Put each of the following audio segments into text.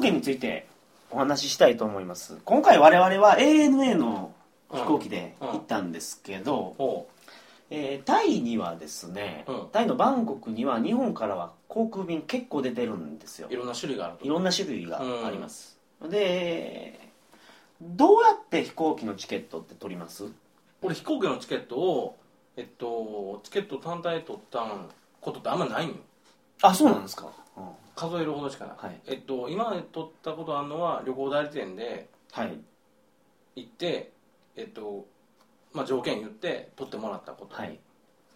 券についてお話ししたいと思います今回我々は ANA の飛行機でうんうん行ったんですけど、おえータイにはですね、うんタイのバンコクには日本からは航空便結構出てるんですよいろんな種類があるといろんな種類があります、でどうやって飛行機のチケットって取ります俺飛行機のチケットをえっとチケット単体で取ったんことってあんまないんよあそうなんですか、うん数えるほどしかない、はいえっと今まで取ったことあるのは旅行代理店ではい行ってえっとまあ条件言って取ってもらったことはい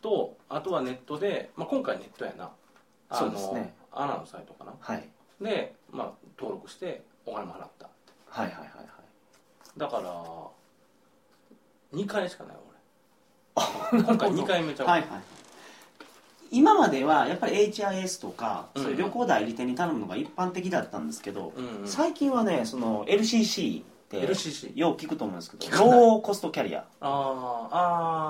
と、あとはネットで、まあ、今回ネットやなあそうのですねアナのサイトかなはいで、まあ、登録してお金も払ったはいはいはいはいだから2回しかない 俺今回2回目ちゃう、はいはい今まではやっぱり HIS とかそういう旅行代理店に頼むのが一般的だったんですけど、うんうん、最近はねその LCC って LCC よう聞くと思うんですけ聞どかないローコストキャリアあー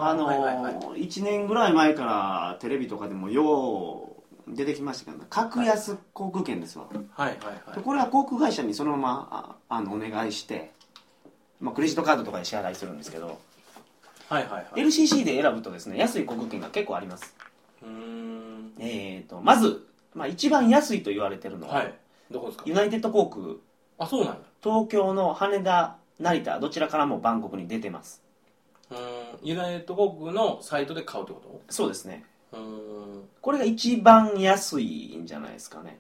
あーあのはいはいはい1年ぐらい前からテレビとかでもよう出てきましたけど格安航空券ですわ、はいはいはでいこれは航空会社にそのままああのお願いして、まあ、クレジットカードとかで支払いするんですけどはいはいはい LCC で選ぶとですね安い航空券が結構あります、うーんえー、とまず、まあ、一番安いと言われてるのは、はいどこですかユナイテッド航空あそうなんや東京の羽田成田どちらからもバンコクに出てますうーんユナイテッド航空のサイトで買うってこそうですねとうーんこれが一番安いんじゃないですかね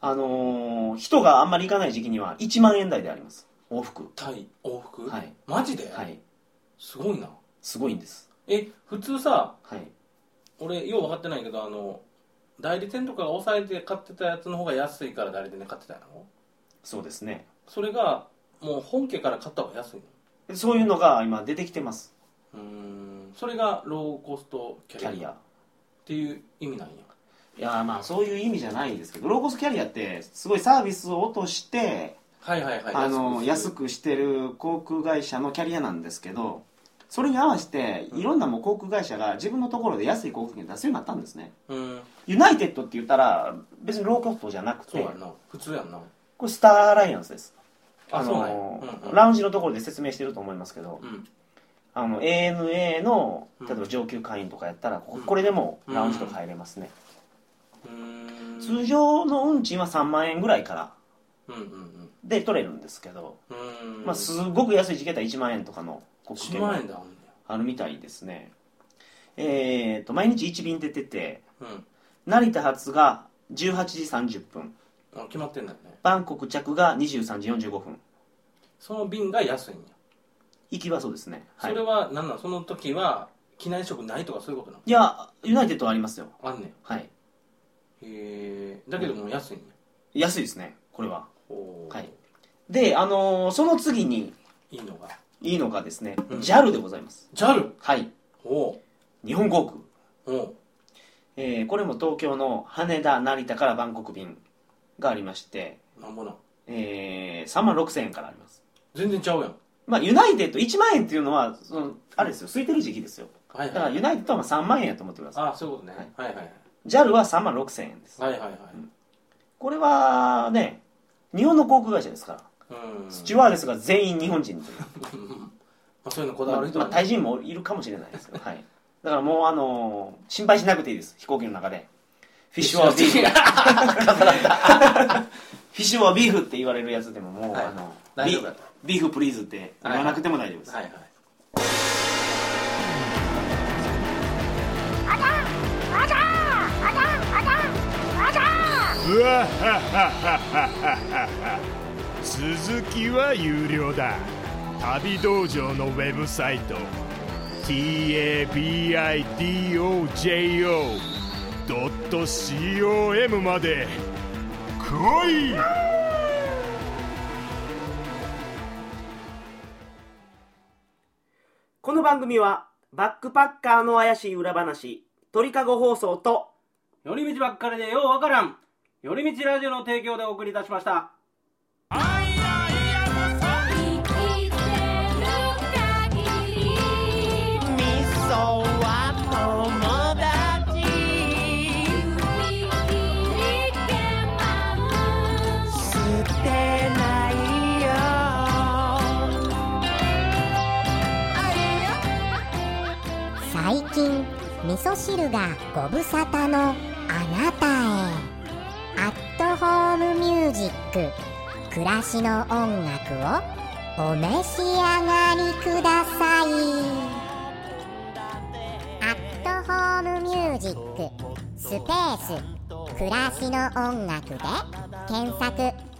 あのー人があんまり行かない時期には1万円台であります往復タイ往復、はいマジで、はいすごいなすごいんですえ普通さはい俺よう分かってないけどあの代理店とかが抑えて買ってたやつの方が安いから代理店で買ってたのそうですねそれがもう本家から買った方が安いのそういうのが今出てきてますうーんそれがローコストキキャリアャリアっていう意味なんやいやーまあそういう意味じゃないんですけどローコストキャリアってすごいサービスを落として、はいはいはいあのー安くくしてる航空会社のキャリアなんですけどそれに合わせていろんなもう航空会社が自分のところで安い航空券出すようになったんですねするうんユナイテッドって言ったら別にローコストじゃなくそうてやんな普通やんなこれスターアライアンスですあそうなんやうんうんラウンジのところで説明してると思いますけどうんあの ANA のうん例えば上級会員とかやったらこうんこれでもラウンジとか入れますね、うーん通常の運賃は3万円ぐらいからうんうんで取れるんですけど、うんうーんまあ、すごく安い時期だったら1万円とかの航空1券が万円であんねあるみたいですねえー、と毎日1便出ててや成田発が18時30分うんあ決まってんだよねバンコク着が23時45分その便が安いんや行きはそうですね、はい、それは何なんその時は機内食ないとかそういうことないやユナイテッドはありますよのあんねんはいへえだけどもう安いんや安いですねこれはおーはいであのーその次にいいのがいいのがですねうん JAL でございます JAL はいおう日本航空、おうえーこれも東京の羽田成田からバンコク便がありまして、なんぼなんえー、3万6000円からあります全然ちゃうやんまあユナイテッド1万円っていうのはそのあれですよ空いてる時期ですよはいだかはらいユナイテッドはまあ3万円やと思ってくださあそういうことねははいはいはいい JAL は3万6000円ですはいはいはいこれはね日本の航空会社ですからうんスチュワーデスが全員日本人というまあそういうのこだわる人まあ、はタイね人もいるかもしれないですけど、はい、だからもう、あのー心配しなくていいです飛行機の中でフィッシュオアビーフフィッシュフ ィッシュオアビーフって言われるやつでももう、はいあの大丈夫ビだビーフプリーズって言わなくても大丈夫です、はいはいうわははははは続きは有料だ旅道場のウェブサイト tabidojo.com まで来いこの番組はバックパッカーの怪しい裏話鳥かご放送と寄り道ばっかりでようわからん寄り道ラジオの提供でお送りいたしました生きてる限り指切っても捨て味噌汁がご無沙汰のあなたへアットホームミュージック暮らしの音楽をお召し上がりくださいアットホームミュージックスペース暮らしの音楽で検索